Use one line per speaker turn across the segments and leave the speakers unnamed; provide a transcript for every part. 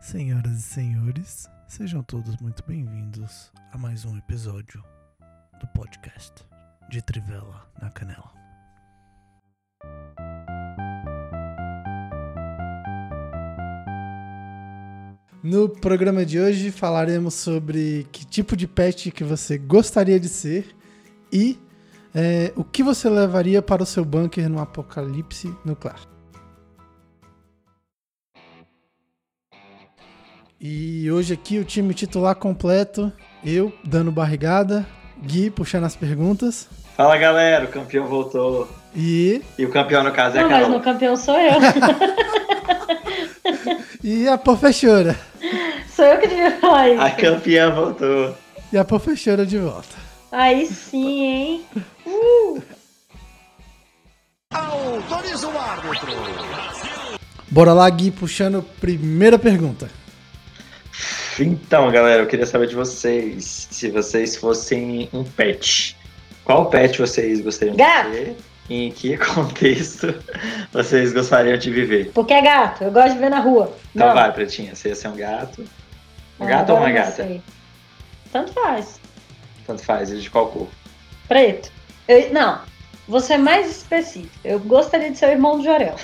Senhoras e senhores, sejam todos muito bem-vindos a mais um episódio do podcast de Trivela na Canela.
No programa de hoje falaremos sobre que tipo de pet que você gostaria de ser e é, o que você levaria para o seu bunker no apocalipse nuclear. E hoje aqui o time titular completo, eu dando barrigada, Gui puxando as perguntas
Fala galera, o campeão voltou.
e,
E o campeão, no caso, é a
Não, mas
Carol.
no campeão sou eu.
e a professora.
sou eu que devia falar isso.
A campeã voltou.
E a professora de volta.
Aí sim, hein?
Bora lá, Gui, puxando a primeira pergunta.
Então, galera, eu queria saber de vocês. Se vocês fossem um pet, qual pet vocês gostariam
Gato.
de ser? E em que contexto vocês gostariam de viver?
Porque é gato, eu gosto de ver na rua.
Então
Não,
vai, Pretinha, você ia ser um gato. Um
não,
gato ou uma
agora eu não
gata?
sei. Tanto faz.
Tanto faz, e de qual cor?
Preto. Eu- não, vou ser mais específico. Eu gostaria de ser o irmão do Jorel.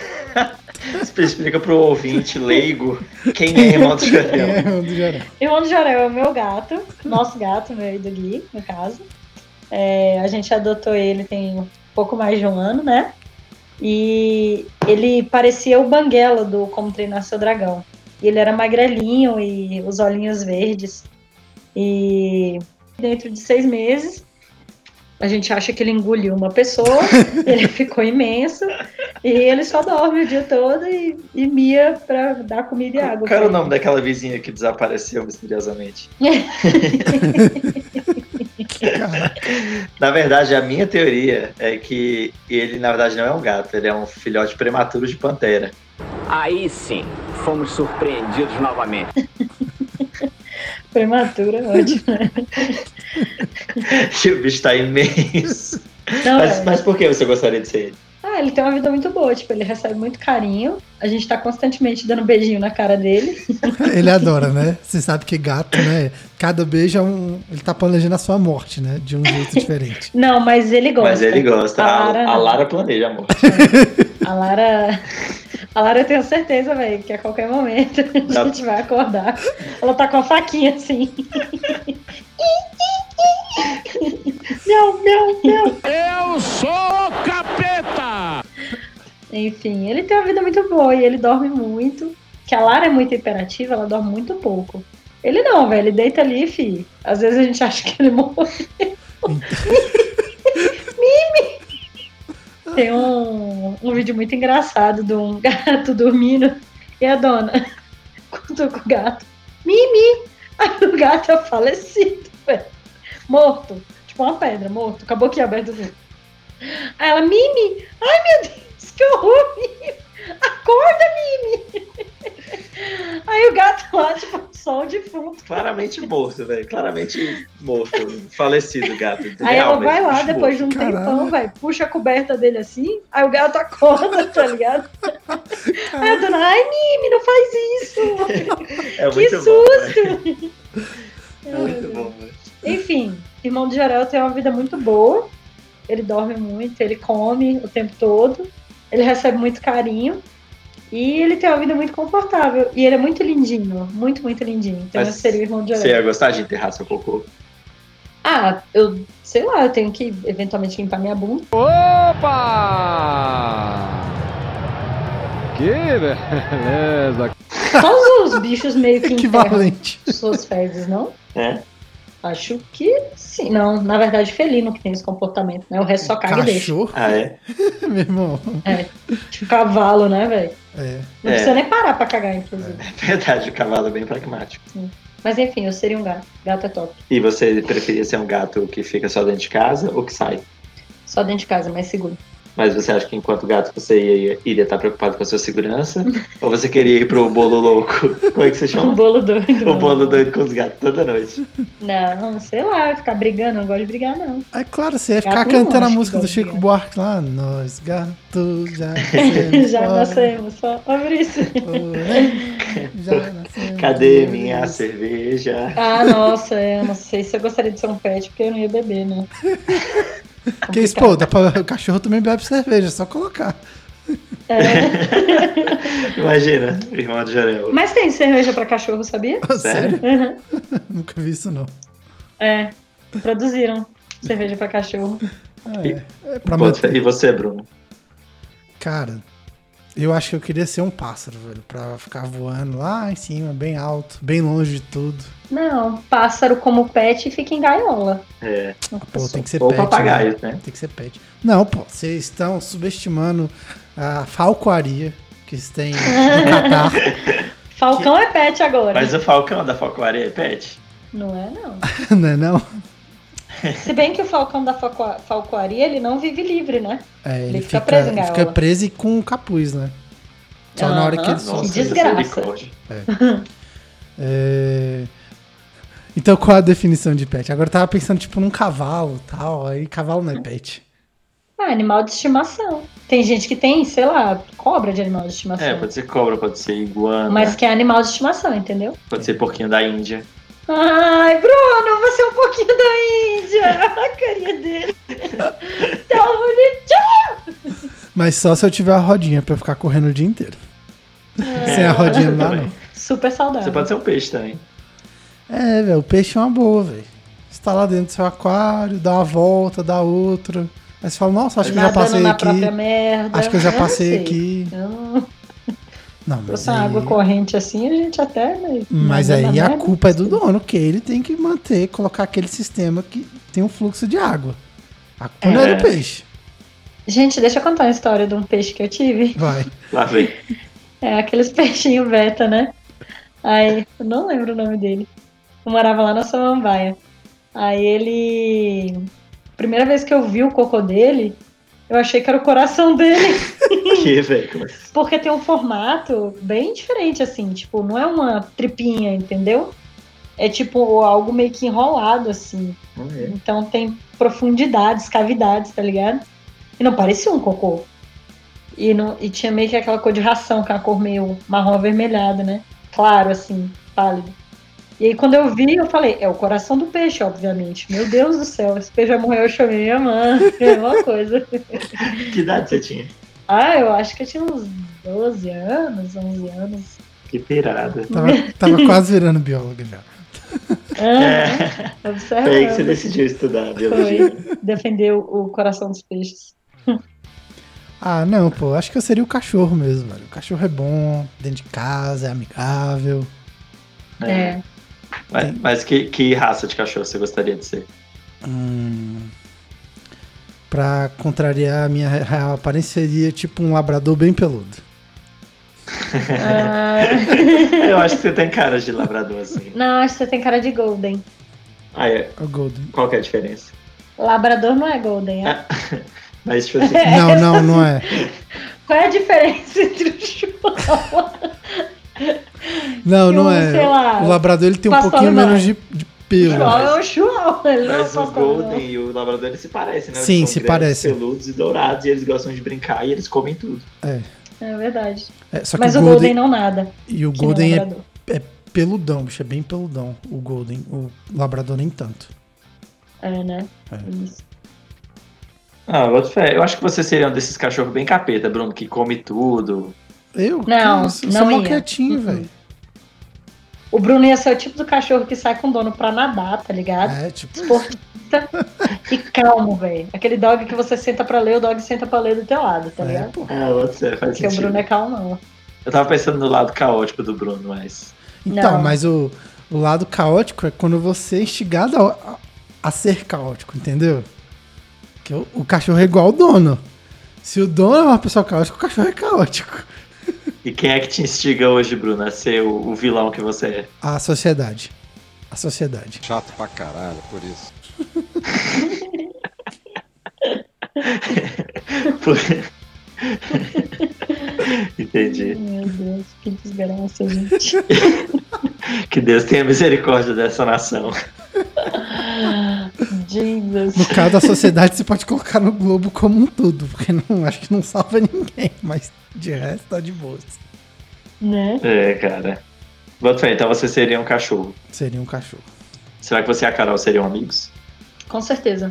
Explica pro ouvinte leigo quem é irmão do Jorel.
É, do geral.
Irmão do Jorel é o meu gato, nosso gato, meu e do Gui, no caso. É, a gente adotou ele tem um pouco mais de um ano, né? E ele parecia o Banguela do Como Treinar Seu Dragão. E ele era magrelinho e os olhinhos verdes. E dentro de seis meses, a gente acha que ele engoliu uma pessoa, ele ficou imenso. E ele só dorme o dia todo e, e mia pra dar comida e água.
Qual era o nome daquela vizinha que desapareceu misteriosamente? Na verdade, a minha teoria é que ele, na verdade, não é um gato, ele é um filhote prematuro de pantera.
Aí sim, fomos surpreendidos novamente.
Prematura, ótimo.
E o bicho tá imenso.
Não,
Mas,
é.
mas por que você gostaria de ser ele?
Ah, ele tem uma vida muito boa, tipo, ele recebe muito carinho. A gente tá constantemente dando beijinho na cara dele.
Ele adora, né? Você sabe que gato, né? Cada beijo é um. Ele tá planejando a sua morte, né? De um jeito diferente.
Não, mas ele gosta.
Mas ele gosta.
A
A,
Lara,
a
não.
Lara planeja, amor.
A Lara. A Lara eu tenho certeza, velho, que a qualquer momento a
Tá.
gente vai acordar. Ela tá com a faquinha assim. Miau, miau, miau.
Eu sou o capeta!
Enfim, ele tem uma vida muito boa e ele dorme muito. Que a Lara é muito imperativa, ela dorme muito pouco. Ele não, velho, ele deita ali, fi. Às vezes a gente acha que ele morreu. Mimi! Tem um, um vídeo muito engraçado de um gato dormindo e a dona cutuca o gato. Mimi! Aí o gato é falecido, velho. Morto. Tipo uma pedra, morto. Com a boquinha aberta assim. Aí ela, Mimi! Ai, meu Deus, que horror, Mimi! Acorda, Mimi! Aí o gato lá, tipo, sol de fundo.
Claramente morto, velho. Claramente morto. Falecido o gato.
Aí ela
Realmente,
vai lá
bicho
depois de um
Caralho.
tempão, velho, puxa a coberta dele assim, aí o gato acorda, tá ligado? Aí a dona, ai, Mimi, não faz isso!
morto. É
que
muito bom, velho.
susto!
É muito bom, velho.
Enfim, irmão de Jorel tem uma vida muito boa. Ele dorme muito, ele come o tempo todo, ele recebe muito carinho e ele tem uma vida muito confortável. E ele é muito lindinho, muito, muito lindinho. Então
Mas é-
eu seria o irmão de
Você
Jorel.
ia gostar de enterrar seu cocô?
Ah, eu sei lá, eu tenho que eventualmente limpar minha bunda.
Opa! Que beleza!
Só os bichos meio que enterram
Equivalente.
suas fezes, não?
É.
Acho que sim. Não, na verdade, felino que tem esse comportamento, né? O resto só caga e deixa.
Cachorro,
Ah, é?
meu irmão.
Tipo cavalo, né, velho?
É.
Não
É.
precisa nem parar pra cagar, inclusive.
É verdade, o cavalo é bem pragmático.
Mas enfim, eu seria um gato. Gato é top.
E você preferia ser um gato que fica só dentro de casa ou que sai?
Só dentro de casa, mais seguro.
Mas você acha que enquanto gato você ia- iria estar preocupado com a sua segurança? ou você queria ir pro bolo louco? Como é que você
Um
chama?
bolo doido.
O bolo doido com os gatos toda noite.
Não, sei lá, ficar brigando, não gosto de brigar, não.
É claro, você ia ficar
Gato não, né?
cantando a
acho que
música do
gosta de
Chico
gato.
Buarque lá. Nós gatos já. nascemos
Já
fora.
nascemos, só sobre isso.
Oh, né? Já, né? Sim,
Cadê
muito
minha
beleza.
cerveja?
Ah, nossa, eu não sei se eu gostaria de ser um pet, porque eu não ia beber, né?
Porque isso, pô, dá pra... o cachorro também bebe cerveja, é só colocar.
É.
Imagina, irmão de Jorel.
Mas tem cerveja pra cachorro, sabia?
Sério?
Uhum.
Nunca vi isso, não.
É, produziram cerveja pra cachorro.
Ah, é. É pra
Você-
manter.
E você, Bruno?
Cara, eu acho que eu queria ser um pássaro, velho. Pra ficar voando lá em cima, bem alto, bem longe de tudo.
Não, pássaro como pet fica em gaiola.
É,
Pô, tem que ser
ou
pet.
papagaio,
né?
né?
Tem que ser pet. Não, pô, vocês estão subestimando a falcoaria que eles têm no Catar.
Falcão é pet agora.
Mas o Falcão da Falcoaria é pet?
Não é, não.
não é não?
Se bem que o falcão da falcoa- falcoaria, ele não vive livre, né?
É, ele,
Ele
fica,
fica preso em
ele fica
gaiola.
preso e com um capuz, né? Só na hora que
Aham.
ele
Que
solta.
Nossa,
desgraça.
misericórdia.
É, Então, qual a definição de pet? Agora eu tava pensando, tipo, num cavalo e tal. Aí cavalo não é pet.
Ah, animal de estimação. Tem gente que tem, sei lá, cobra de animal de
É,
estimação.
pode ser cobra, pode ser né? iguana,
mas que é animal de estimação, entendeu?
pode ser porquinho da Índia.
Ai, Bruno, você é um pouquinho da Índia. A carinha dele. Tá Tão bonitinho.
Mas só se eu tiver a rodinha pra eu ficar correndo o dia inteiro.
É.
Sem a rodinha lá,
também.
não.
Super saudável.
Você pode ser um peixe também.
É, velho, o peixe é uma boa, velho. Você tá lá dentro do seu aquário, dá uma volta, dá outra. Aí você fala, nossa, acho que eu já
Nadando
passei
na
aqui.
própria é merda.
Acho que eu já
não
passei
sei.
aqui.
Então,
Não, mas
essa
aí,
água corrente assim, a gente até. né,
mas
nada na
aí a
merda.
culpa é do dono, que ele tem que manter, colocar aquele sistema que tem um fluxo de água. A culpa não é do
É.
peixe.
Gente, deixa eu contar uma história de um peixe que eu tive.
Vai.
Lá vem.
É, aqueles peixinhos beta, né? Aí, eu não lembro o nome dele. Eu morava lá na Samambaia. Aí ele. Primeira vez que eu vi o cocô dele, eu achei que era o coração dele.
Que, velho? como é que-
Porque tem um formato bem diferente, assim. Tipo, não é uma tripinha, entendeu? É tipo algo meio que enrolado, assim.
Não é.
Então tem profundidades, cavidades, tá ligado? E não parecia um cocô. E, não, e tinha meio que aquela cor de ração, que é uma cor meio marrom avermelhada, né? Claro, assim, pálido. E aí quando eu vi, eu falei, é o coração do peixe, obviamente. Meu Deus do céu, esse peixe vai morrer, eu chamei minha mãe, é uma coisa.
Que idade você tinha?
Ah, eu acho que eu tinha uns 12 anos, 11 anos.
Que pirada.
Tava, tava quase virando biólogo já.
Foi aí
Ah,
É, que você
observando.
decidiu estudar biologia.
Defender o o coração dos peixes.
Ah, não, pô. Acho que eu seria o cachorro mesmo, velho. O cachorro é bom, dentro de casa, é amigável.
né?
É.
Mas, mas que, que raça de cachorro você gostaria de ser?
Hum, pra contrariar a minha real aparência, seria tipo um labrador bem peludo.
Ah,
Eu acho que você tem cara de labrador, assim.
Não, acho que você tem cara de Golden.
Ah, é.
É O Golden.
Qual que é a diferença?
Labrador não é Golden, é?
Mas, tipo assim,
É.
Não, não, não é.
Qual é a diferença entre o Chihuahua?
Não,
E
não
um, sei
é.
lá,
O labrador ele tem um
pastor
pouquinho
alemão.
menos de, de
O
pelo.
Chihuahua é um Chihuahua, ele não é um
mas o
pastor alemão.
Golden e o labrador eles se parecem, né? Eles
Sim,
são
se
grandes,
parecem.
Peludos e dourados, e eles gostam de brincar e eles comem tudo.
É verdade.
É, só que
Mas
o Golden,
não nada.
e o
que não
Golden é
labrador.
peludão, bicho, é bem peludão. O Golden, o labrador nem tanto.
É, né?
É.
Isso.
Ah, eu boto fé. Eu acho que você seria um desses cachorros bem capeta, Bruno, que come tudo.
Eu?
Não,
que isso? eu
não
sou mó
ia.
quietinho,
Uhum.
velho.
O Bruno ia ser o tipo do cachorro que sai com o dono pra nadar, tá ligado?
É, tipo,
Esportista e calmo, velho. Aquele dog que você senta pra ler, o dog senta pra ler do teu lado, tá
é,
ligado?
pô.
Ah, eu boto fé, faz
Porque o
sentido.
Bruno é calmão.
Eu tava pensando no lado caótico do Bruno, mas.
Então,
Não.
mas o, o lado caótico é quando você é instigado a, a- a ser caótico, entendeu? Que o, o cachorro é igual o dono. Se o dono é uma pessoa caótica, o cachorro é caótico.
E quem é que te instiga hoje, Bruno, a ser o, o vilão que você é?
A sociedade. A sociedade.
Chato pra caralho, por isso.
Entendi.
Meu Deus, que desgraça, gente.
Que Deus tenha misericórdia dessa nação.
Jesus.
No caso da sociedade, você pode colocar no Globo como um tudo, porque não, acho que não salva ninguém, mas de resto tá de boa.
Né?
É, cara. Boto fé, então você seria um cachorro.
Seria um cachorro.
Será que você e a Carol seriam amigos?
Com certeza.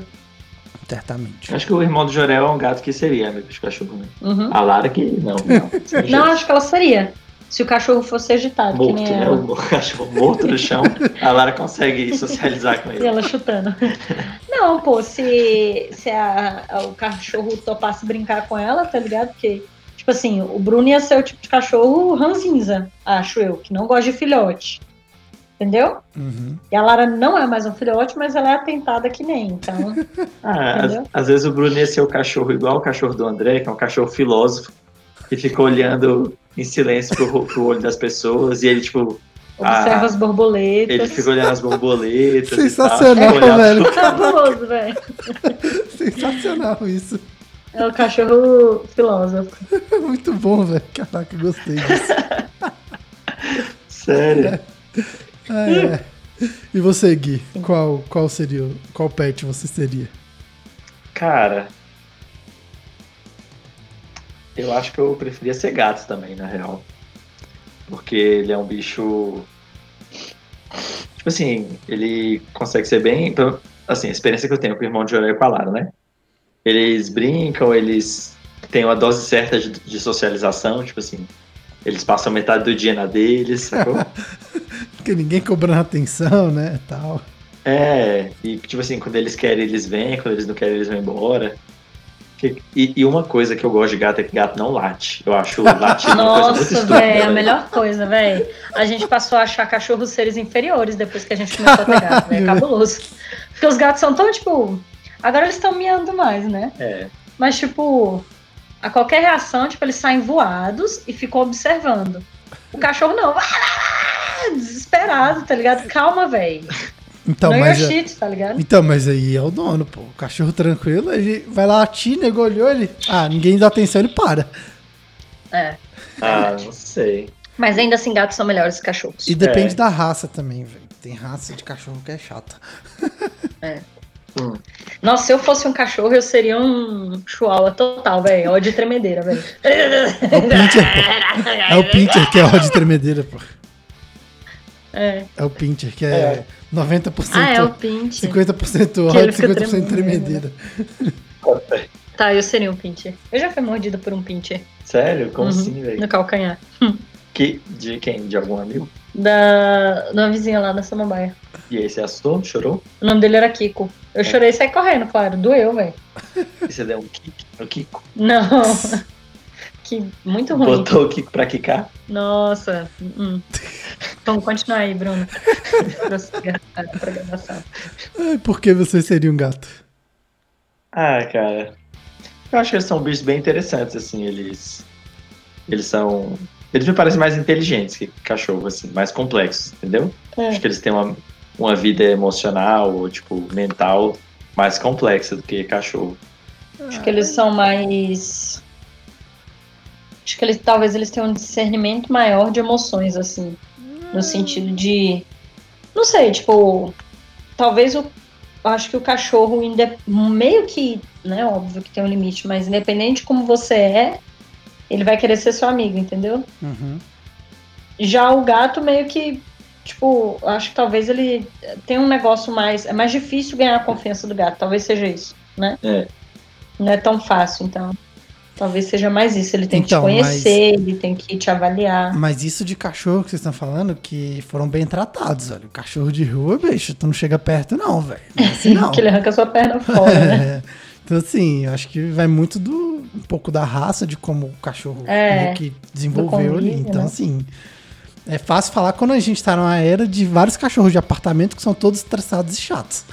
Certamente.
Acho que o irmão do Jorel é um gato que seria amigo de cachorro, né?
Uhum.
A Lara que não, né? não. Sem jeito.
Não, acho que ela seria. Se o cachorro fosse agitado, que
Morto,
nem
né?
ela.
O cachorro morto no chão, a Lara consegue socializar com
E
ele.
ela chutando. Não, pô, se, se a- a- o cachorro topasse brincar com ela, tá ligado? Porque, tipo assim, o Bruno ia ser o tipo de cachorro ranzinza, acho eu, que não gosta de filhote. Entendeu?
Uhum.
E a Lara não é mais um filhote, mas ela é atentada que nem. Então,
Ah, às,
Entendeu?
às vezes o Bruno ia ser o cachorro igual o cachorro do André, que é um cachorro filósofo, que fica olhando em silêncio pro, ro- pro olho das pessoas, e ele, tipo,
observa
Ah,
as borboletas.
ele fica olhando as borboletas. e tal,
Sensacional,
fica olhando
velho.
Fabuloso, velho.
Sensacional isso. É
É o cachorro filósofo.
Muito bom, velho. Caraca, gostei disso.
Sério.
Ah, é. E você, Gui? Qual, qual seria? o- Qual pet você seria?
Cara. Eu acho que eu preferia ser gato também, na real. Porque ele é um bicho. Tipo assim, ele consegue ser bem. pelo- Assim, a experiência que eu tenho com o irmão de Jorel e com a Lara, né? Eles brincam, eles têm uma dose certa de, de socialização, tipo assim. Eles passam metade do dia na deles, sacou?
Porque ninguém cobrando atenção, né? Tal.
É, e tipo assim, quando eles querem, eles vêm, quando eles não querem, eles vão embora. Que- E, e uma coisa que eu gosto de gato é que gato não late. Eu acho latir uma coisa muito
Nossa,
estúpida. né?
velho, é a
velho.
melhor coisa, velho. A gente passou a achar cachorros seres inferiores depois que a gente começou a ter gato, velho. Cabuloso. Porque os gatos são tão, tipo. Agora eles estão miando mais, né?
É,
Mas, tipo, a qualquer reação, tipo, eles saem voados e ficam observando. O cachorro não. Desesperado, tá ligado? Calma, velho.
Então,
Não é
mas. é-
shit, tá ligado?
Então, mas aí é o dono, pô. O cachorro tranquilo, ele vai lá, tira, nego olhou ele. Ah, ninguém dá atenção, ele para.
ah, não sei.
Mas ainda assim, gatos são melhores que cachorros.
E depende da raça também, velho. Tem raça de cachorro que é chata.
Nossa, se eu fosse um cachorro, eu seria um chihuahua total, velho. Ó de tremedeira, velho.
É o Pinter, pô. É o Pinter que é ódio de tremedeira, pô.
É.
É o Pinter que é 90%.
Ah, é o Pinch.
50%
Que
ódio,
ele fica
50%
tremendo, né?
tremedeira.
Tá, eu seria um pincher. Eu já fui mordida por um pincher
Sério? Como
Uhum.
assim, velho?
no calcanhar.
Que, de quem? De algum amigo?
Da, da vizinha lá na Samambaia.
E aí você assustou? Chorou?
O nome dele era Kiko.
É.
Eu chorei e saí correndo, claro. Doeu, velho.
E você deu um kick no Kiko?
Não. que
Um
muito ruim.
Botou o Kiko pra quicar?
Nossa. hum. Vamos continuar aí, Bruno. Prossiga a programação.
Ai, por que você seria um gato?
Ah, cara. Eu acho que eles são bichos bem interessantes, assim, eles. Eles são. Eles me parecem mais inteligentes que cachorro, assim, mais complexos, entendeu?
É.
Acho que eles têm uma, uma vida emocional ou, tipo, mental mais complexa do que cachorro.
Acho que eles são mais. Acho que eles, talvez eles tenham um discernimento maior de emoções, assim. No sentido de. Não sei, tipo. Talvez o. Acho que o cachorro, inde- meio que. Né, óbvio que tem um limite, mas independente de como você é, ele vai querer ser seu amigo, entendeu? Já o gato, meio que. Tipo, acho que talvez ele tenha um negócio mais. É mais difícil ganhar a confiança do gato, talvez seja isso, né?
É.
Não é tão fácil, então. Talvez seja mais isso. Ele tem
Então,
que te
mas-
conhecer, ele tem que te avaliar.
Mas isso de cachorro que vocês estão falando, que foram bem tratados, olha. O cachorro de rua, bicho, tu não chega perto, não, velho. Não é assim, não.
Que ele arranca sua perna fora, né?
É. Então, assim, eu acho que vai muito do um pouco da raça, de como o cachorro
É,
meio que desenvolveu ali.
convívio,
Então,
né?
assim, é fácil falar quando a gente tá numa era de vários cachorros de apartamento que são todos estressados e chatos.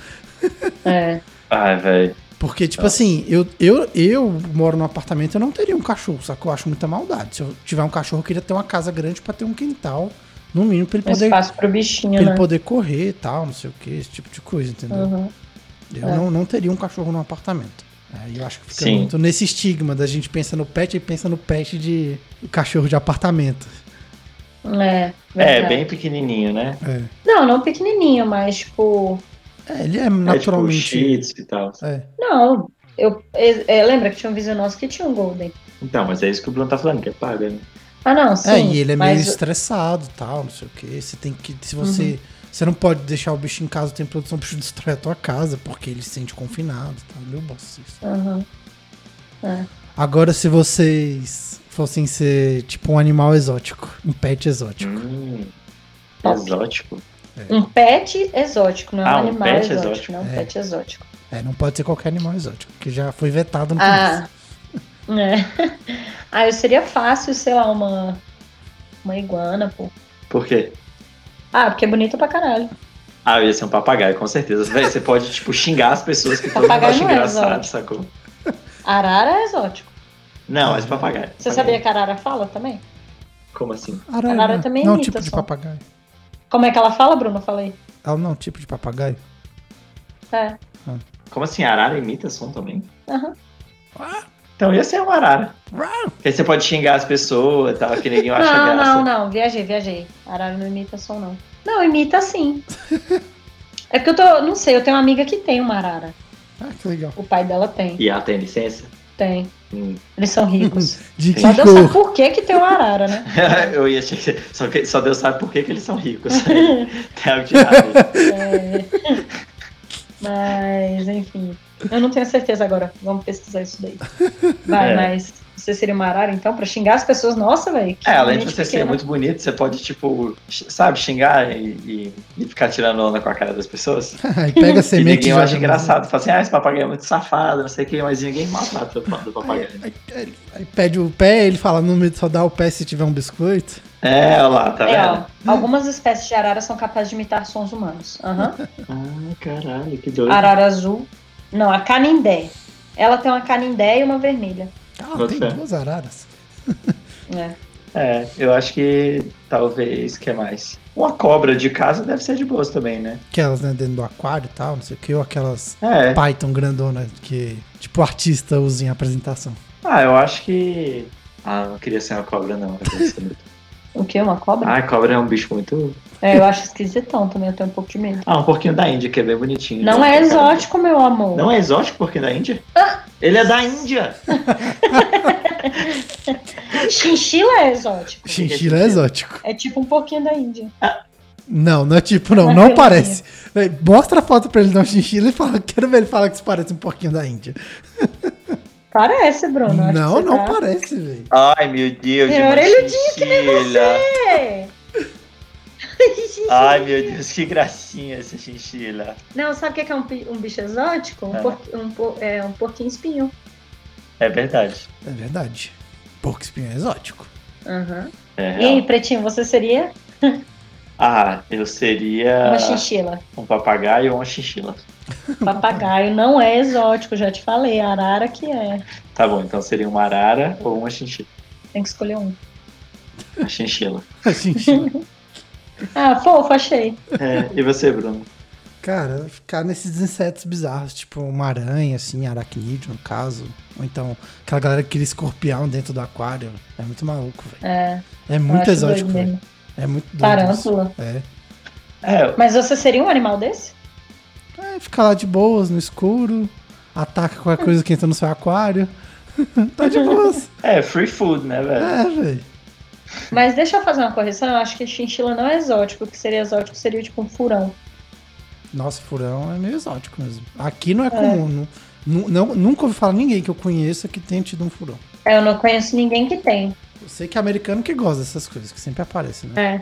É.
Ai, velho.
Porque,
Ah.
tipo assim, eu, eu, eu moro num apartamento, eu não teria um cachorro, só que eu acho muita maldade. Se eu tiver um cachorro, eu queria ter uma casa grande pra ter um quintal, no mínimo, pra ele
Um
poder,
espaço pro
pra
bichinho,
ele
né?
poder correr e tal, não sei o que, esse tipo de coisa, entendeu?
Uhum.
Eu
É.
não, não teria um cachorro num apartamento. Aí eu acho que fica
Sim.
muito nesse estigma da gente pensa no pet e pensa no pet de cachorro de apartamento.
É,
É,
verdade.
bem pequenininho, né?
É.
Não, não pequenininho, mas tipo.
É, ele é
É, tipo,
naturalmente.
shih tzu e tal.
É.
Não, eu. é, é, lembra que tinha um vizinho nosso que tinha um Golden.
Então, mas é isso que o Bruno tá falando, que é paga, né?
Ah, não, sim.
é, e ele é meio
mas- Uhum.
estressado tal, não sei o quê. Você tem que. Se você. Você não pode deixar o bicho em casa o tempo todo, senão o bicho destrói a tua casa, porque ele se sente confinado, tá? Meu bosta isso.
Aham.
Agora, se vocês fossem ser tipo um animal exótico, um pet exótico.
Hum,
Top.
exótico.
Um pet exótico, não é
Ah,
um
um
animal
pet
exótico,
exótico.
não é um
É.
pet exótico.
É, não pode ser qualquer animal exótico, que já foi vetado no
Ah,
começo.
é. ah, eu seria fácil, sei lá, uma, uma iguana, pô.
Por quê?
Ah, porque é bonita pra caralho.
Ah, eu ia ser um papagaio, com certeza. Véi, você pode, tipo, xingar as pessoas que todo mundo
Papagaio
acha
não é
engraçado,
exótico.
sacou?
Arara é exótico.
Não, mas papagaio.
Você
papagaio.
sabia que a arara fala também?
Como assim?
Arara,
arara também
não é um
imita
tipo de
só.
papagaio.
Como é que ela fala, Bruno? Fala aí.
Ela não é um tipo de papagaio.
É.
Como assim? Arara imita som também?
Aham.
Então ia ser uma arara. Porque aí você pode xingar as pessoas e tal, que ninguém acha
Não,
graça.
não, não. Viajei, viajei. Arara não imita som, não. Não, imita sim. é porque eu tô. Não sei, eu tenho uma amiga que tem uma arara.
Ah, que legal.
O pai dela tem.
E ela tem licença?
Tem.
Hum.
Eles são ricos.
De que
Só Deus sabe
cor?
por que, que tem uma arara, né?
eu ia chegar. Só, que, só Deus sabe por que, que eles são ricos. Tem algo de errado.
Mas, enfim. Eu não tenho certeza agora. Vamos pesquisar isso daí. Vai,
É.
mas você seria uma arara, então, pra xingar as pessoas? Nossa, velho. que
É, além de
gente
você ser
pequena.
muito bonito, você pode, tipo, x- sabe, xingar e, e- e ficar tirando onda com a cara das pessoas.
Aí pega a
E
semente e
ninguém
joga
acha
no-
engraçado. Fala assim, ah, esse papagaio é muito safado, não sei o que, mas ninguém maltrata o do papagaio.
Aí, aí- aí pede o pé, ele fala, no medo só dá o pé se tiver um biscoito.
É, olha lá, tá
É,
vendo?
ó, algumas espécies de arara são capazes de imitar sons humanos. Aham.
Ah, caralho, que doido.
Arara azul. Não, a canindé. Ela tem uma canindé e uma vermelha.
Ah,
Bota
tem
fé.
duas araras.
né?
É, eu acho que talvez, que é mais? Uma cobra de casa deve ser de boas também, né?
Aquelas, né, dentro do aquário e tal, não sei o que, ou aquelas
É,
Python grandona que, tipo, o artista usa em apresentação.
ah, eu acho que... Ah, eu não queria ser uma cobra, não. eu queria ser muito-
O que? Uma cobra?
ah, cobra é um bicho muito...
É, eu acho esquisitão também, eu tenho um pouco de medo.
Ah, um porquinho da Índia, que é bem bonitinho.
Não
né?
é exótico, Ah! meu amor.
Não é exótico porque é da Índia? Ele é da Índia!
Chinchila é exótico.
Chinchila é exótico.
É tipo um pouquinho da Índia.
Não, não é tipo, não,
Uma
não
peluquinha.
parece. Vai, Mostra a foto pra ele dar um chinchila e fala, quero ver ele falar que isso parece um porquinho da Índia.
Parece, Bruno. acho que
não,
você
não
tá-
parece, velho.
Ai, meu Deus,
Tem orelhudinho
que nem você!
É.
Ai, meu Deus, que gracinha essa chinchila.
Não, sabe o que é que é um, pi- um bicho exótico? Um,
Ah.
porqui- um po- é, um porquinho espinho.
É verdade.
É verdade. Porco espinho é exótico.
Aham.
É
E aí,
real.
Pretinho, você seria
Ah, eu seria
uma chinchila?
um papagaio ou uma chinchila.
Papagaio não é exótico, já te falei. Arara que é.
Tá bom, então seria uma arara ou uma chinchila.
Tem que escolher um.
Uma chinchila.
A chinchila.
Ah, fofo, achei.
É, e você, Bruno?
Cara, ficar nesses insetos bizarros, tipo uma aranha, assim, aracnídeo, no caso. Ou então, aquela galera que cria escorpião dentro do aquário. É muito maluco, velho.
É,
É
eu
muito
acho
exótico,
doido
velho.
mesmo.
É muito doido. isso.
Tarântula.
É.
É,
Mas você seria um animal desse?
É, fica lá de boas, no escuro. Ataca qualquer coisa que entra no seu aquário. tá de boas.
é free food, né, velho?
É, velho.
Mas deixa eu fazer uma correção. Eu acho que chinchila não é exótico. O que seria exótico seria tipo um furão.
Nossa, furão é meio exótico mesmo. Aqui não é comum. nu- nu- Não, nunca ouvi falar ninguém que eu conheça que tenha tido um furão.
É, Eu não conheço ninguém que tem.
Eu sei que é americano que gosta dessas coisas, que sempre aparece, né?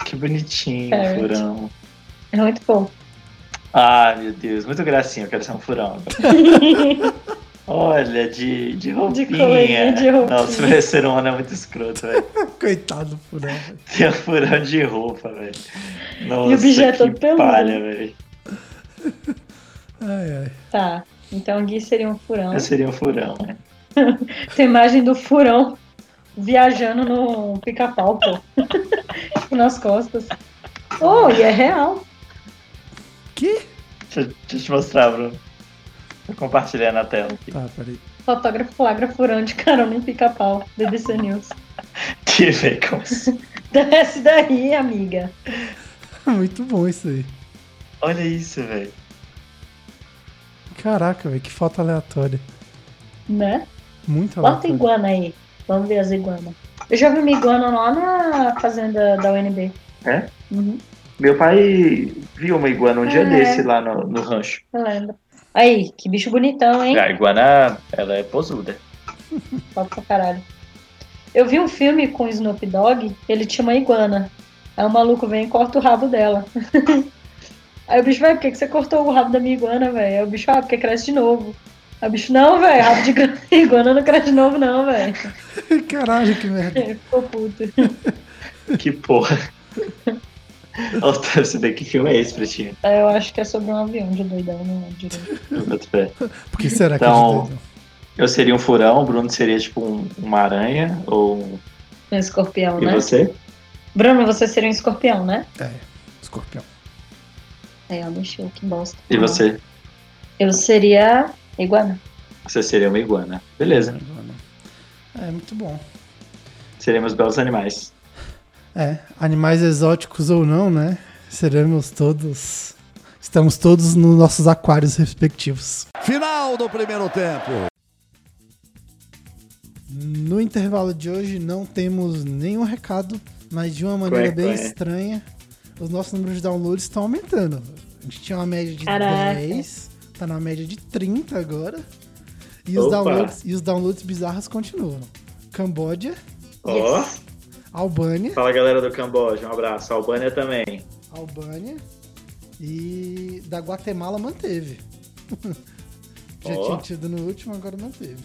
É,
Que bonitinho,
Parrot.
furão.
é muito fofo.
Ah, meu Deus, muito gracinha, eu quero ser um furão agora. Olha, de, de roupinha.
coleirinha, de roupinha.
Nossa, o ser humano é muito escroto, velho.
Coitado né? do furão, velho.
Tem um furão de roupa, velho. Nossa,
bicho é todo
que
peludo.
palha, velho.
Ai, ai.
Tá. Então Gui seria um furão.
Eu seria um furão, né?
Tem imagem do furão viajando no pica-pau, pô. Tipo, Nas costas. Oh, e é real.
Que?
Deixa, eu- deixa eu te mostrar, Bruno. Vou compartilhar na tela aqui.
Tá, peraí.
Fotógrafo flagra furão de carona em pica-pau. BBC News.
Que bacon.
Desce daí, amiga.
Muito bom isso aí.
Olha isso, velho.
Caraca, velho, que foto aleatória.
Né?
Muito
Bota
aleatória.
iguana aí. Vamos ver as iguanas. Eu já vi o Miguano lá na fazenda da UNB.
É?
Uhum,
Meu pai viu uma iguana um dia
É.
desse lá no, no rancho.
eu lembro. Aí, que bicho bonitão, hein?
A iguana, ela é posuda.
Top pra caralho. Eu vi um filme com o Snoop Dogg, ele tinha uma iguana. Aí o maluco vem e corta o rabo dela. Aí o bicho, vai, por que, que você cortou o rabo da minha iguana, velho? Aí o bicho, ah, porque cresce de novo. Aí o bicho, não, velho, rabo de iguana- iguana não cresce de novo, não, velho.
Caralho, que merda.
Ele Ficou puto.
Que porra. Otávio, você vê que filme é esse, Pretinho?
Aí eu acho que é sobre um avião de doidão, não é direito.
Eu boto fé.
Por que será
Então-
que a gente tem?
Eu seria um furão, o Bruno seria tipo um- uma aranha, ou um...
Um escorpião,
E
né?
você?
Bruno, você seria um escorpião, né? É,
É, escorpião.
Aí ela mexeu, que bosta.
E você?
Eu seria iguana.
Você seria uma iguana. Beleza.
É, muito bom.
Seremos belos animais.
É, animais exóticos ou não, né? Seremos todos. Estamos todos nos nossos aquários respectivos.
Final do primeiro tempo.
No intervalo de hoje não temos nenhum recado, mas de uma maneira
Quack,
bem
quack.
estranha, os nossos números de downloads estão aumentando. A gente tinha uma média de
Caraca.
10, tá na média de 30 agora. E os,
Opa.
downloads, e os downloads bizarros continuam. Camboja,
Ó,
Albânia,
fala galera do Camboja, um abraço. Albânia também.
Albânia e da Guatemala manteve. Já
Ó.
tinha tido no último, agora manteve.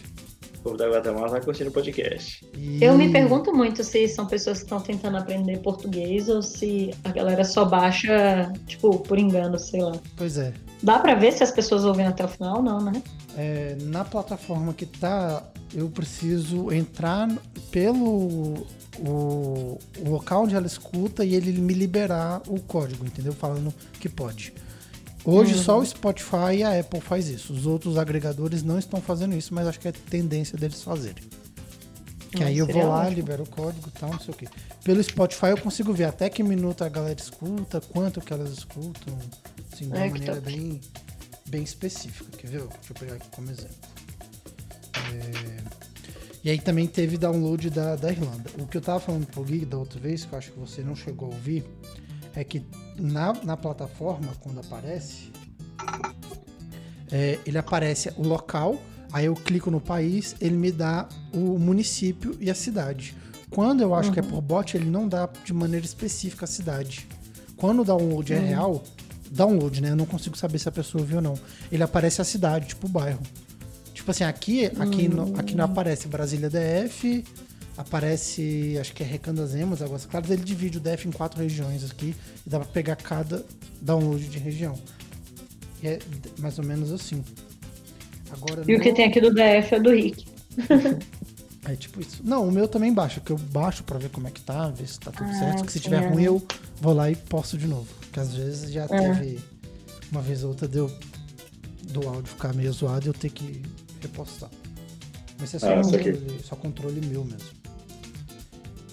O povo da Guatemala tá curtindo o podcast.
E-
Eu me pergunto muito se são pessoas que estão tentando aprender português ou se a galera só baixa, tipo, por engano, sei lá.
Pois é.
Dá pra ver se as pessoas ouvem até o final, não, né?
É, na plataforma que tá, eu preciso entrar n- pelo o, o local onde ela escuta e ele me liberar o código, entendeu? Falando que pode. Hoje só o Spotify e a Apple faz isso. Os outros agregadores não estão fazendo isso, mas acho que é tendência deles fazerem. Que
Ah,
aí eu
seria
vou lá,
ótimo.
libero o código e tal, não sei o quê. Pelo Spotify eu consigo ver até que minuto a galera escuta, quanto que elas escutam, assim, de uma
Ai, É, que
maneira
top.
bem, bem específica, quer ver? Deixa eu pegar aqui como exemplo. É, E aí também teve download da, da Irlanda. O que eu tava falando pro Gui da outra vez, que eu acho que você não chegou a ouvir, é que na, na plataforma, quando aparece, é, ele aparece o local, aí eu clico no país, ele me dá o município e a cidade. Quando eu acho que é
Uhum.
por bot, ele não dá de maneira específica a cidade. Quando o download
Uhum.
é real, download, né? Eu não consigo saber se a pessoa viu ou não. Ele aparece a cidade, tipo o bairro. Tipo assim, aqui, aqui,
Uhum.
no, aqui não aparece Brasília DF, aparece, acho que é Recandazemas, Águas Claras. Ele divide o DF em quatro regiões aqui e dá pra pegar cada download de região. E é d- mais ou menos assim. Agora
E o que
no-
tem aqui do DF é do Rick.
É tipo isso. Não, o meu também baixa, que eu baixo pra ver como é que tá, ver se tá tudo
Ah,
certo. Que se
sim,
tiver
é.
ruim, eu vou lá e posto de novo. Porque às vezes já teve uma vez ou outra deu do áudio ficar meio zoado e eu ter que repostar. Mas isso é só,
Ah, isso aqui.
controle, só controle meu mesmo.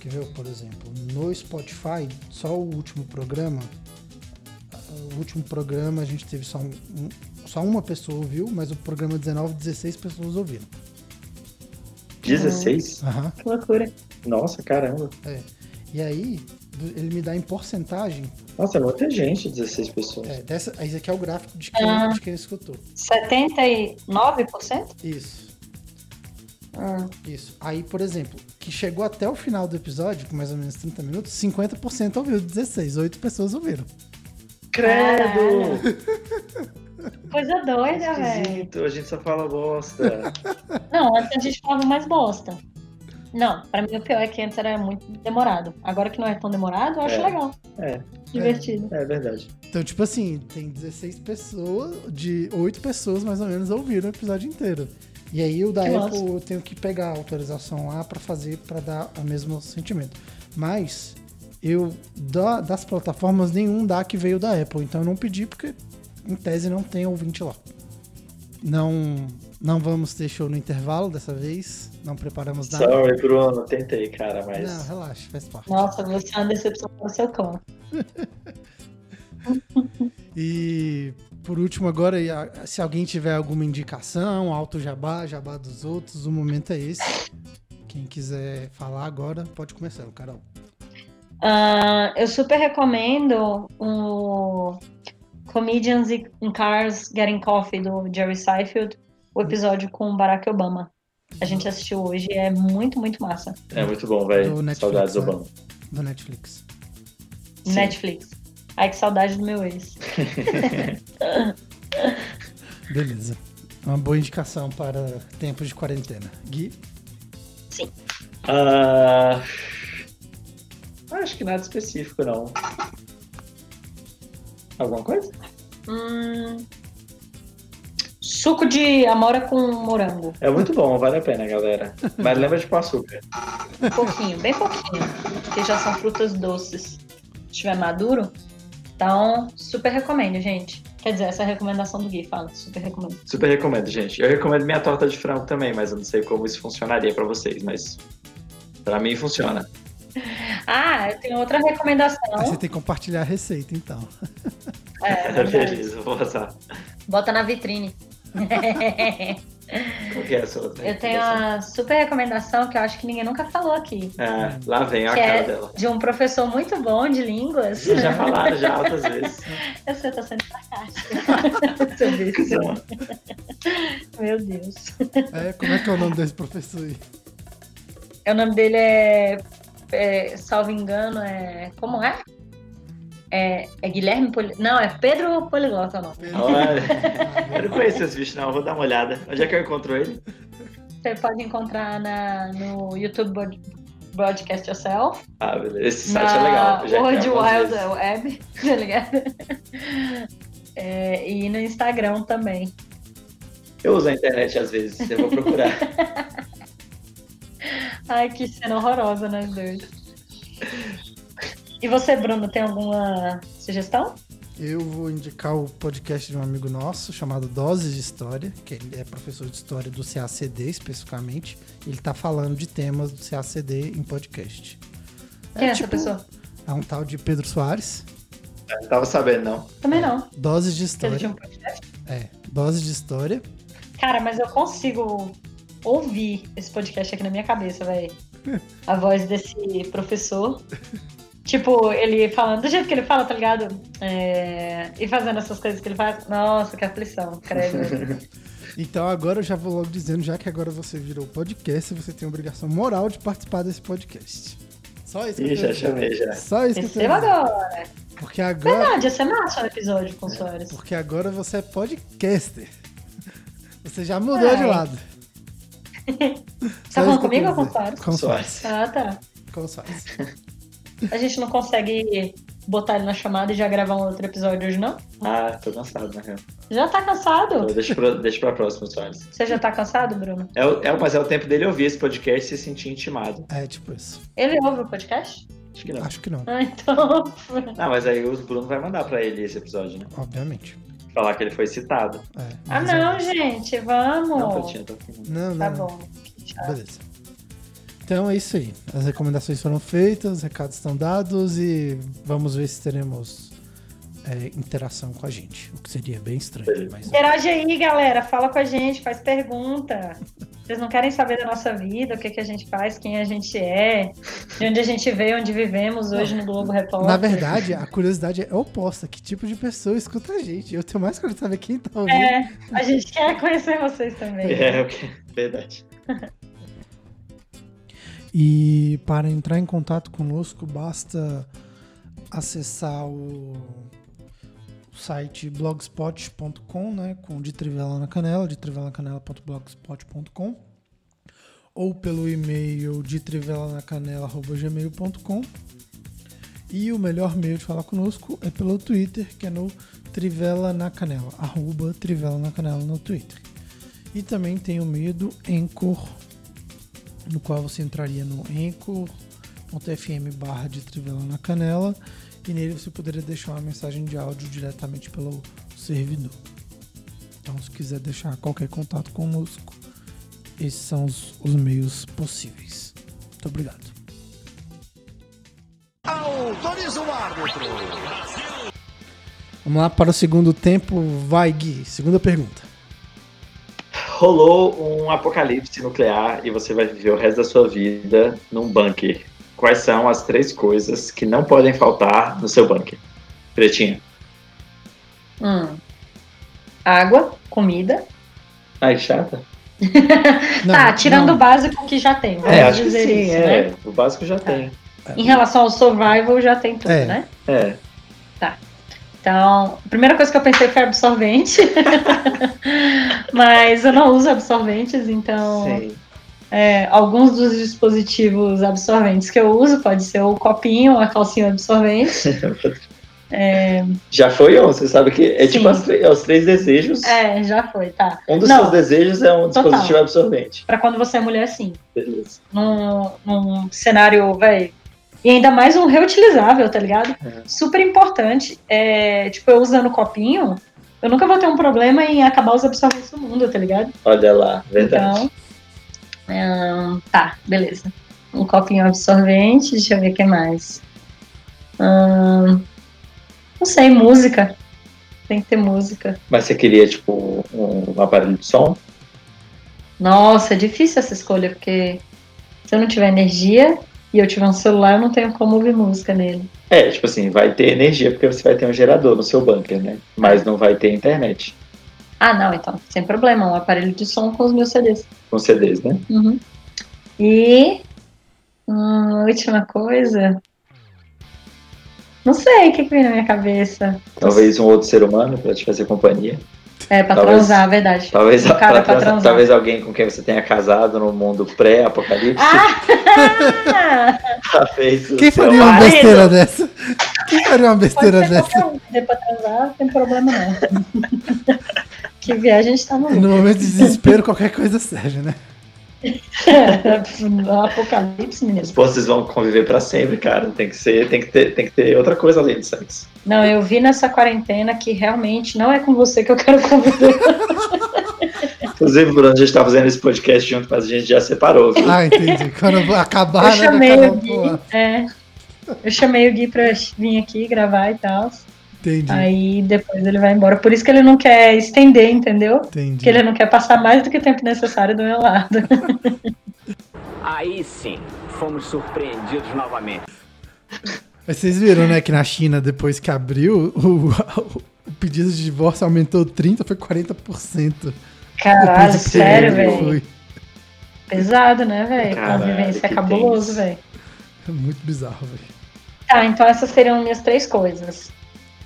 Quer ver, por exemplo, no Spotify, só o último programa. O último programa a gente teve só, um- um- só uma pessoa ouviu, mas o programa 19, 16 pessoas ouviram.
16?
Aham.
Que loucura.
Nossa, caramba.
E aí, do- ele me dá em porcentagem.
Nossa, é muita gente, 16 pessoas.
É, dessa, esse aqui é o gráfico de quem,
Ah.
de quem escutou.
79%?
Isso,
Ah,
isso. Aí, por exemplo, que chegou até o final do episódio, com mais ou menos 30 minutos, 50% ouviu, 16, 8 pessoas ouviram.
Credo!
coisa doida, velho.
É Esquisito, a gente só fala bosta.
Não, antes a gente falava mais bosta. Não, pra mim o pior é que antes era muito demorado. Agora que não é tão demorado, eu acho
É.
legal.
É.
Divertido.
É verdade.
Então, tipo assim, tem 16 pessoas, de 8 pessoas mais ou menos ouviram o episódio inteiro. E aí o da
Que
Apple eu tenho que pegar a autorização lá pra fazer, pra dar o mesmo sentimento. Mas eu, da- das plataformas, nenhum dá que veio da Apple. Então eu não pedi porque, em tese, não tem ouvinte lá. Não, não vamos ter show no intervalo dessa vez. Não preparamos nada.
Sorry, Bruno, tentei, cara,
Não,
mas.
relaxa, faz parte.
Nossa, você é uma decepção para o seu cão.
E por último agora, e a- se alguém tiver alguma indicação, alto jabá, jabá dos outros, o momento é esse. Que Quem quiser falar agora, pode começar, Carol.
Ah, eu super recomendo o Comedians in Cars Getting Coffee do Jerry Seinfeld, o episódio com o Barack Obama. A gente assistiu hoje e é muito, muito massa.
É muito bom,
Do
velho.
Netflix,
Saudades do
né?
Obama.
Do Netflix.
Sim.
Netflix. Ai, que saudade do meu ex.
Beleza. Uma boa indicação para tempos de quarentena. Gui,
Então?
Ah, acho que nada específico, não. Alguma coisa?
Hum, suco de amora com morango.
É muito bom, vale a pena, galera. Mas lembra de pôr açúcar.
Um Pouquinho, bem pouquinho. Porque já são frutas doces. Se tiver maduro. Então, super recomendo, gente. Quer dizer, essa é a recomendação do Gui, fala. Super recomendo.
Super recomendo, gente. Eu recomendo minha torta de frango também, mas eu não sei como isso funcionaria pra vocês, mas pra mim funciona.
Ah, eu tenho outra recomendação.
aí você tem que compartilhar a receita, então.
É, verdade.
Beleza, eu vou passar.
Bota na vitrine.
Qual que é a sua?
Eu tenho uma super recomendação que eu acho que ninguém nunca falou aqui.
Ah, lá vem a
Que
cara
é
dela.
de um professor muito bom de línguas.
Vocês já falaram já outras vezes.
Eu sei, eu tô sendo sarcástica. Seu bicho.
Então,
Meu Deus.
É, como é que é o nome desse professor aí?
O nome dele é, é, salvo engano, é. Como é? É, é Guilherme Poli... Não, é Pedro Poliglota o nome.
olha, eu não conheço esse bicho, não. Eu vou dar uma olhada. Onde é que eu encontro ele?
Você pode encontrar na, no YouTube Broad- Broadcast Yourself.
Ah, beleza. Esse
na
site é legal. eu já
World
entrei algumas
Wild
vezes.
Web, tá ligado? É, e no Instagram também.
Eu uso a internet às vezes, eu vou procurar.
Ai, que cena horrorosa nós dois. E você, Bruno, tem alguma sugestão?
Eu vou indicar o podcast de um amigo nosso chamado Doses de História, que ele é professor de história do CACD especificamente. Ele tá falando de temas do CACD em podcast.
Quem é essa
tipo,
pessoa?
É um tal de Pedro Soares.
Não tava sabendo, não.
Também não.
Doses de
Porque ele tinha
História.
um podcast.
É, Doses de História.
Cara, mas eu consigo ouvir esse podcast aqui na minha cabeça, velho. A voz desse professor. Tipo, ele falando do jeito que ele fala, tá ligado? É, E fazendo essas coisas que ele faz. Nossa, que aflição, credo.
Então agora eu já vou logo dizendo, já que agora você virou podcast, você tem obrigação moral de participar desse podcast. Só isso que
Ih,
eu tenho
já
a dizer.
chamei né? já.
Só isso que eu tenho.
Receba
a dizer.
agora.
Porque agora,
Verdade, ia ser massa um episódio com o Soares.
porque agora você é podcaster. Você já mudou de
Ai.
lado.
Tá
Só isso que
falando
eu
comigo
tenho
ou
a
com o
dizer.
Soares?
Com o Soares.
Soares.
Ah, tá.
Com o Soares.
A gente não consegue botar ele na chamada e já gravar um outro episódio hoje, não?
Ah, tô cansado, na real.
Já tá
Então,
cansado?
Deixa pra, deixa pra próxima, Soares.
Você já tá cansado, Bruno?
É, o- é, o- mas é o tempo dele ouvir esse podcast e se sentir intimado.
É tipo isso.
Ele ouve o podcast?
Acho que não.
Acho que não,
Ah, então.
Ah, mas aí o Bruno vai mandar pra ele esse episódio, né?
obviamente.
Falar que ele foi citado.
É,
Ah,
mas
não,
é-
gente, vamos.
Não, Patinha, tô aqui.
Não, não.
tá
não.
bom.
Beleza. Então é isso aí. As recomendações foram feitas, os recados estão dados e vamos ver se teremos é, interação com a gente. O que seria bem estranho, mas.
Interage aí, galera. Fala com a gente, faz pergunta. Vocês não querem saber da nossa vida, o que, que a gente faz, quem a gente é, de onde a gente veio, onde vivemos hoje no Globo Repórter.
Na verdade, a curiosidade é oposta. Que tipo de pessoa escuta a gente? Eu tenho mais curiosidade de saber quem tá ouvindo.
É, a gente quer conhecer vocês também.
É, o que? Verdade.
E para entrar em contato conosco, basta acessar o o site blogspot.com, né, com de trivela na canela, de trivela-na-canela.blogspot.com, ou pelo e-mail de trivela-na-canela@gmail.com. E o melhor meio de falar conosco é pelo Twitter, que é no Trivela na Canela, arroba Trivela na Canela no Twitter. E também tem o meio do Anchor, no qual você entraria no anchor.fm barra de Trivela na Canela e nele você poderia deixar uma mensagem de áudio diretamente pelo servidor. Então, se quiser deixar qualquer contato conosco, esses são os, os meios possíveis. Muito obrigado.
Autoriza o árbitro.
Vamos lá para o segundo tempo. Vai, Gui. Segunda pergunta.
rolou um apocalipse nuclear e você vai viver o resto da sua vida num bunker. Quais são as três coisas que não podem faltar no seu bunker? Pretinha.
Hum. Água, comida.
Ai, chata.
Não,
tá, tirando
não.
o básico que já tem. Vamos
É, acho que
dizer
sim,
isso, né?
é. O básico já tem.
Em relação ao survival, já tem tudo,
É.
né?
É.
Então, a primeira coisa que eu pensei foi absorvente. Mas eu não uso absorventes, então.
Sim.
É, alguns dos dispositivos absorventes que eu uso, pode ser o copinho, a calcinha absorvente.
Já foi um, você sabe que é
Sim.
tipo as tre- é os três desejos.
É, já foi, tá.
Um dos
Não.
seus desejos é um
Total.
dispositivo absorvente.
Pra quando você é mulher, sim.
Beleza.
Num, num cenário, velho. E ainda mais um reutilizável, tá ligado?
É.
Super importante. É, tipo, eu usando copinho, eu nunca vou ter um problema em acabar os absorventes do mundo, tá ligado?
Olha lá, verdade.
Então, ahn, tá, beleza. Um copinho absorvente, deixa eu ver o que mais. Ahn, não sei, música. Tem que ter música.
Mas você queria, tipo, um aparelho de som?
Nossa, é difícil essa escolha, porque se eu não tiver energia e eu tiver um celular, eu não tenho como ouvir música nele.
É, tipo assim, vai ter energia porque você vai ter um gerador no seu bunker, né? Mas não vai ter internet
Ah, não, então, sem problema, um aparelho de som com os meus CDs.
com CDs, né?
Uhum. E. hum, última coisa. Não sei o que, que vem na minha cabeça.
Talvez um outro ser humano pra te fazer companhia.
É, pra
Talvez-
transar, é verdade.
Talvez,
Um
pra
cara pra
transar-
transar.
talvez alguém com quem você tenha casado no mundo pré-apocalipse.
Ah!
talvez o
Quem
seu
faria uma
marido.
besteira dessa? Quem faria uma
Pode
besteira
ser
dessa?
qualquer um. Se der pra transar, não tem problema não. que viagem a gente tá no
No momento de desespero, qualquer coisa serve, né?
no apocalipse, menino.
Pô, vocês vão conviver pra sempre, cara. Tem que ser, tem que ter, tem que ter outra coisa além de sexo.
Não, eu vi nessa quarentena que realmente não é com você que eu quero conviver.
Inclusive, Bruno, a gente tá fazendo esse podcast junto, mas a gente já separou, viu?
Ah, entendi. Quando eu vou acabar, né? vai
eu chamei
acabar
o
um
Gui.
pouco.
É, eu chamei o Gui pra vir aqui gravar e tal.
Entendi,
Aí depois ele vai embora. Por isso que ele não quer estender, entendeu? Porque ele
entendi.
não quer passar mais do que o tempo necessário do meu lado.
Aí sim, fomos surpreendidos novamente.
Mas vocês viram, né, que na China, depois que abriu, o, o pedido de divórcio aumentou 30%, foi 40%.
Caralho,
Depois que
sério,
abriu,
velho.
foi.
Pesado, né, velho?
Caralho,
Convivência é
que
cabuloso,
tenso.
velho.
É Muito bizarro, velho.
Tá, então essas seriam minhas três coisas: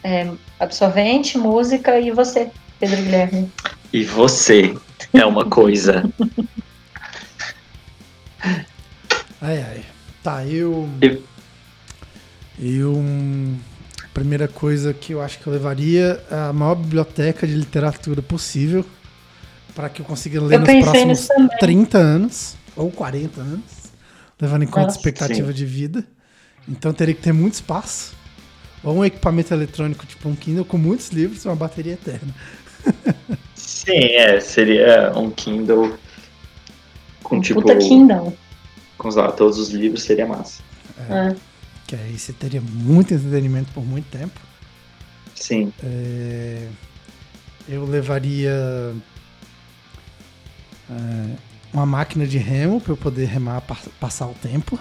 É, absorvente, música e você, Pedro Guilherme.
E você é uma coisa.
Ai, ai. Tá, eu.
Eu-
Eu. hum, Primeira coisa que eu acho que eu levaria é a maior biblioteca de literatura possível para que eu consiga ler
Eu
nos
pensei
próximos
nisso também.
30 anos ou 40 anos, levando em conta a
Nossa.
expectativa de vida. Então teria que ter muito espaço ou um equipamento eletrônico tipo um Kindle com muitos livros e uma bateria eterna.
Sim, é, seria um Kindle com tipo
Puta Kindle.
com os lá, todos os livros seria massa.
né?
Que aí você teria muito entretenimento por muito tempo.
Sim.
É, eu levaria é, uma máquina de remo para eu poder remar, pa- passar o tempo,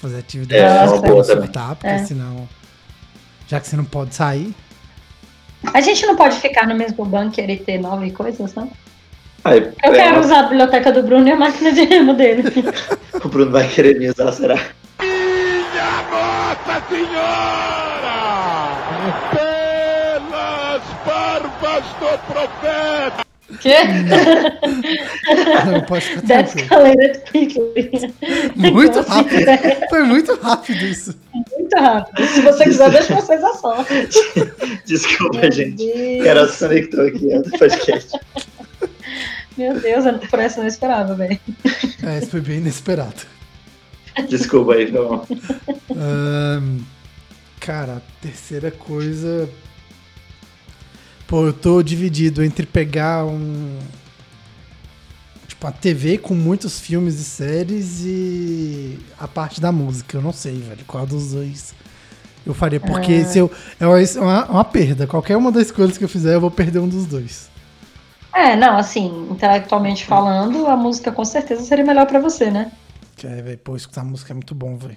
fazer atividade
É,
uma
física pra
boa
não
também.
surtar, porque
É.
senão. Já que você não pode sair,
A gente não pode ficar no mesmo bunker e ter nove coisas, não?
Aí,
Eu
é,
quero usar a biblioteca do Bruno e a máquina de remo dele.
o Bruno vai querer me usar, será?
Minha Nossa Senhora! Pelas barbas do profeta!
Que?
não pode ficar
That's
tranquilo.
colored quickly.
Muito
Igual assim,
rápido.
né?
Foi muito rápido isso.
Muito rápido. Se você quiser, deixa vocês a sorte.
Desculpa,
Meu
gente.
Deus.
Era só que tô aqui ó, do podcast.
Meu Deus, eu- por essa eu não esperava, velho.
É, isso foi bem inesperado.
Desculpa aí, então.
Ahn, cara, a terceira coisa. Pô, eu tô dividido entre pegar um. Tipo, a TV com muitos filmes e séries e a parte da música. Eu não sei, velho, qual dos dois eu é faria. Porque se eu, é uma, é uma- uma perda. Qualquer uma das coisas que eu fizer, eu vou perder um dos dois.
É, não, assim, intelectualmente falando, a música com certeza seria melhor pra você, né?
Que é, velho, pô, escutar música é muito bom, velho.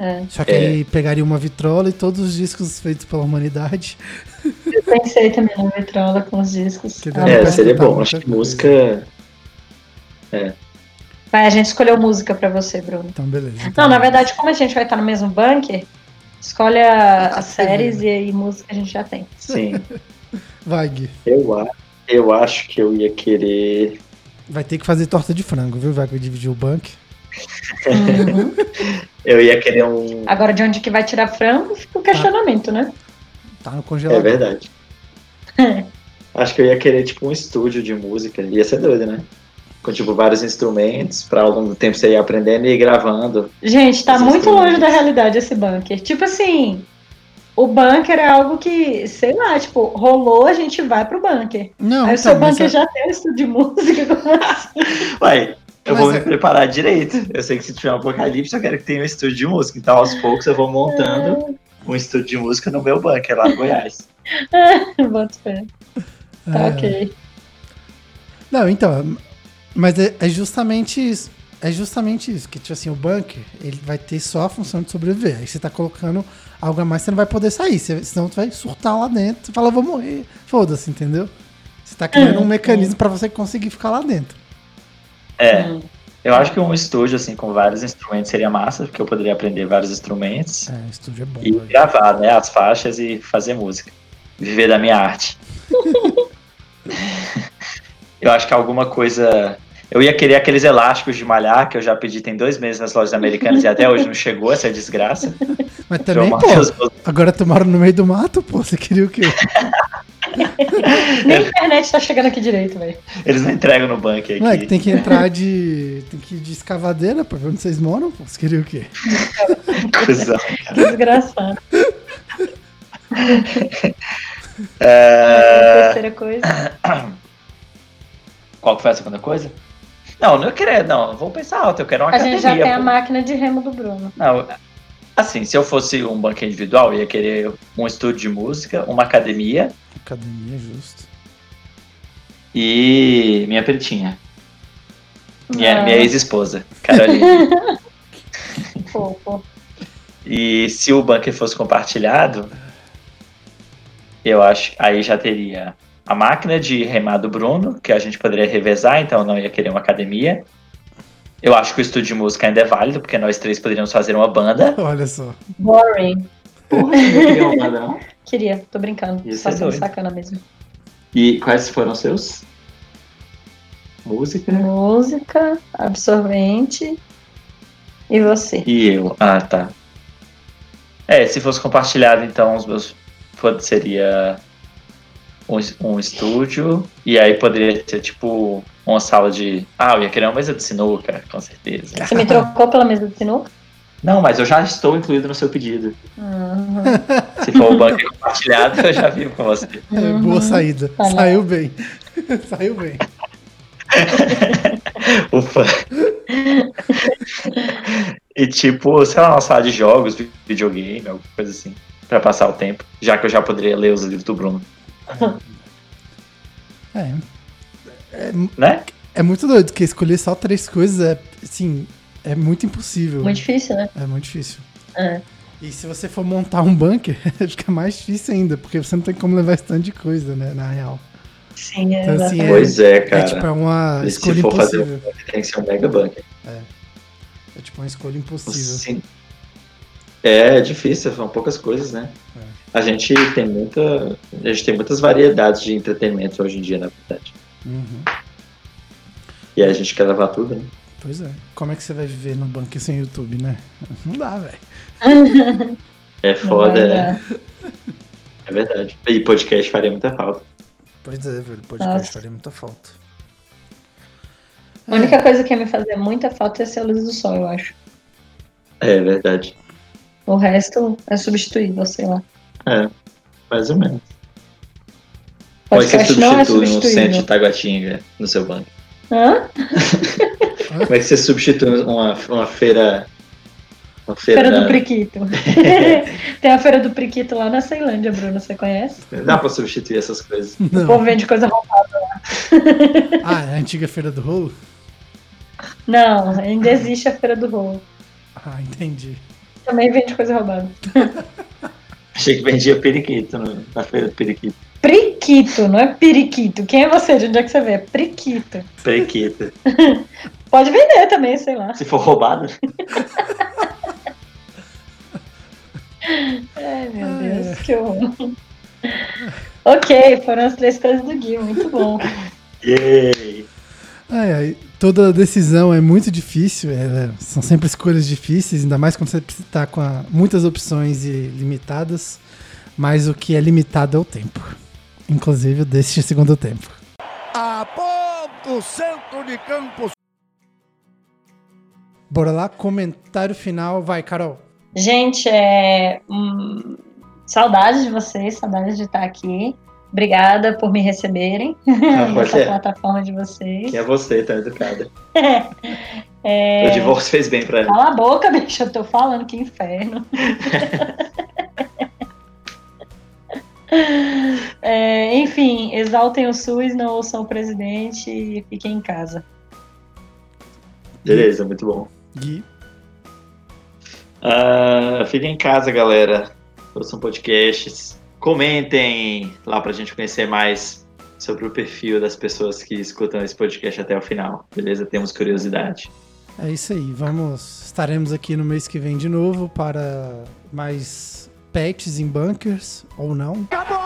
É.
Só que ele pegaria uma vitrola e todos os discos feitos pela humanidade.
Eu pensei também na vitrola com os discos.
Que
Ah,
da
É,
hora.
mas-
seria bom. Acho que música.
Vai, a gente escolheu música pra você, Bruno.
Então, beleza. Então,
Não, na verdade, como a gente vai estar no mesmo bunker, escolhe a- as séries e, e música a gente já tem.
Sim.
Vai, Gui.
eu, a- eu acho que eu ia querer.
Vai ter que fazer torta de frango, viu? Vai dividir o banco.
Uhum.
Eu ia querer um.
Agora, de onde que vai tirar frango, fica o questionamento, né?
Tá no
É
congelador.
verdade. Acho que eu ia querer, tipo, um estúdio de música. Ia ser doido, né? Com, tipo, vários instrumentos, pra ao longo do tempo você ir aprendendo e ir gravando.
Gente, tá
Esses
muito
instrumentos.
longe da realidade esse bunker. Tipo assim, o bunker é algo que, sei lá, tipo, rolou, a gente vai pro bunker.
Não,
Aí o
então,
seu
mas
bunker
é-
já tem um estudo de música. como assim?
Uai, eu
Mas
vou
é-
me preparar direito. Eu sei que se tiver um apocalipse, eu quero que tenha um estúdio de música. Então, aos poucos, eu vou
É.
montando um estúdio de música no meu bunker lá no Goiás.
Bota fé. Tá
é.
ok.
Não, então, mas é, é justamente isso. É justamente isso, que tipo assim, o bunker, ele vai ter só a função de sobreviver. Aí você tá colocando algo a mais, você não vai poder sair, você- senão tu vai surtar lá dentro, você fala, eu vou morrer, foda-se, entendeu? Você tá criando um mecanismo pra você conseguir ficar lá dentro.
É.
Hum.
Eu acho que um estúdio, assim, com vários instrumentos seria massa, porque eu poderia aprender vários instrumentos
É, o estúdio é bom.
e
velho.
gravar, né, as faixas e fazer música. Viver da minha arte. eu acho que alguma coisa... Eu ia querer aqueles elásticos de malhar, que eu já pedi tem dois meses nas lojas americanas e até hoje não chegou essa desgraça.
Mas também,
João
pô,
Matheus falou,
agora tu mora no meio do mato, pô, você queria o quê?
Nem a internet tá chegando aqui direito, velho.
Eles não entregam no bunker aqui.
Não é que tem que entrar de. Tem que ir de escavadeira pra ver onde vocês moram, pô, você queria o quê?
Cusão.
Que desgraçado.
É,
Terceira coisa.
Qual que foi a segunda coisa? Não, não eu queria, não, vou pensar alto, eu quero uma
A gente já
academia,
tem a
pô.
máquina de remo do Bruno.
Não, assim, se eu fosse um banco individual, eu ia querer um estúdio de música, uma academia
Academia, justo.
e minha pretinha, minha,
Não,
minha ex-esposa, Caroline.
um fofo.
e se o bunker fosse compartilhado, eu acho aí já teria a máquina de remar do Bruno, que a gente poderia revezar, então eu não ia querer uma academia. Eu acho que o estúdio de música ainda é válido, porque nós três poderíamos fazer uma banda.
Olha só.
Boring.
Porra, não queria uma banda, não.
Queria, tô brincando.
Isso
Só
é
sendo
doido.
sacana mesmo.
E quais foram os seus? Música.
Música, absorvente. E você?
E eu. Ah, tá. É, se fosse compartilhado, então, os meus. pod- Seria um, es- um estúdio. E aí poderia ter, tipo, uma sala de. Ah, eu ia criar uma mesa de sinuca, com certeza.
Você me trocou pela mesa de sinuca?
Não, mas eu já estou incluído no seu pedido.
Uhum.
Se for o banco compartilhado, eu já vivo com você.
É, boa saída.
Tá lá.
Saiu bem. Saiu bem.
Ufa. e tipo, sei lá, uma sala de jogos, vi- videogame, alguma coisa assim, pra passar o tempo, já que eu já poderia ler os livros do Bruno,
É,
né?
é muito doido, porque escolher só três coisas é, assim, é muito impossível.
Muito difícil, né?
É muito difícil.
É.
E se você for montar um bunker, fica mais difícil ainda, porque você não tem como levar esse tanto de coisa, né, na real.
Sim, é.
Então, assim, é,
Pois é,
é
cara.
tipo, é uma
se
escolha
for fazer
impossível.
Tem que ser um mega bunker.
É tipo uma escolha impossível.
Sim. É, é difícil, são poucas coisas, né?
É.
A gente tem muita. A gente tem muitas variedades de entretenimento hoje em dia, na verdade.
Uhum.
E aí a gente quer levar tudo, né?
Pois é. Como é que você vai viver no bunker sem YouTube, né? Não dá, velho.
É
Não
foda,
vai
né?
dar.
É verdade. E podcast faria muita falta.
Pois é, velho.
Nossa.
Podcast faria muita falta.
A única coisa que ia me fazer muita falta ia ser a luz do sol, eu acho.
É verdade.
O resto é substituível, sei lá.
Mais ou menos. Como é que você
Podcast não é
substitui um centro de
substituível.
Taguatinga no seu banco?
Hã?
Como é que você substitui uma, uma feira Uma
Feira
feira
do Priquito. Tem a Feira do Priquito lá na Ceilândia, Bruno, você conhece?
da... Dá pra substituir essas coisas.
O
Não.
povo vende coisa roubada.
Ah, é a antiga Feira do Rolo?
Não, ainda existe a Feira do Rolo.
Ah, entendi.
Também vende coisa roubada.
Achei que vendia periquito no- na feira do periquito.
Priquito, não é periquito. Quem é você? De onde é que você vê? É priquito.
Periquita.
Pode vender também, sei lá.
Se for roubado, né?
Ai, É, meu Deus, que horror. ok, foram as três coisas do Gui, muito bom.
yay!
Ai, ai, toda decisão é muito difícil, é, são sempre escolhas difíceis, ainda mais quando você está com a- muitas opções e limitadas, mas o que é limitado é o tempo, inclusive o deste segundo tempo.
Aponta o centro de campo.
Bora lá, comentário final, vai, Carol.
Gente, é. Hum, saudades de vocês, saudades de estar aqui. Obrigada por me receberem nessa
você.
plataforma de vocês.
Ah, Que é você, tá educada.
É,
O divórcio fez bem pra ela.
Cala a boca, bicho, eu tô falando que inferno. É, enfim, exaltem o SUS, não ouçam o presidente e fiquem em casa.
Beleza, muito bom.
Gui,
Ah, fiquem em casa, galera. Ouçam podcasts. Comentem lá pra gente conhecer mais sobre o perfil das pessoas que escutam esse podcast até o final. Beleza? Temos curiosidade.
é isso aí, vamos, estaremos aqui no mês que vem de novo para mais pets em bunkers, ou não.
Acabou!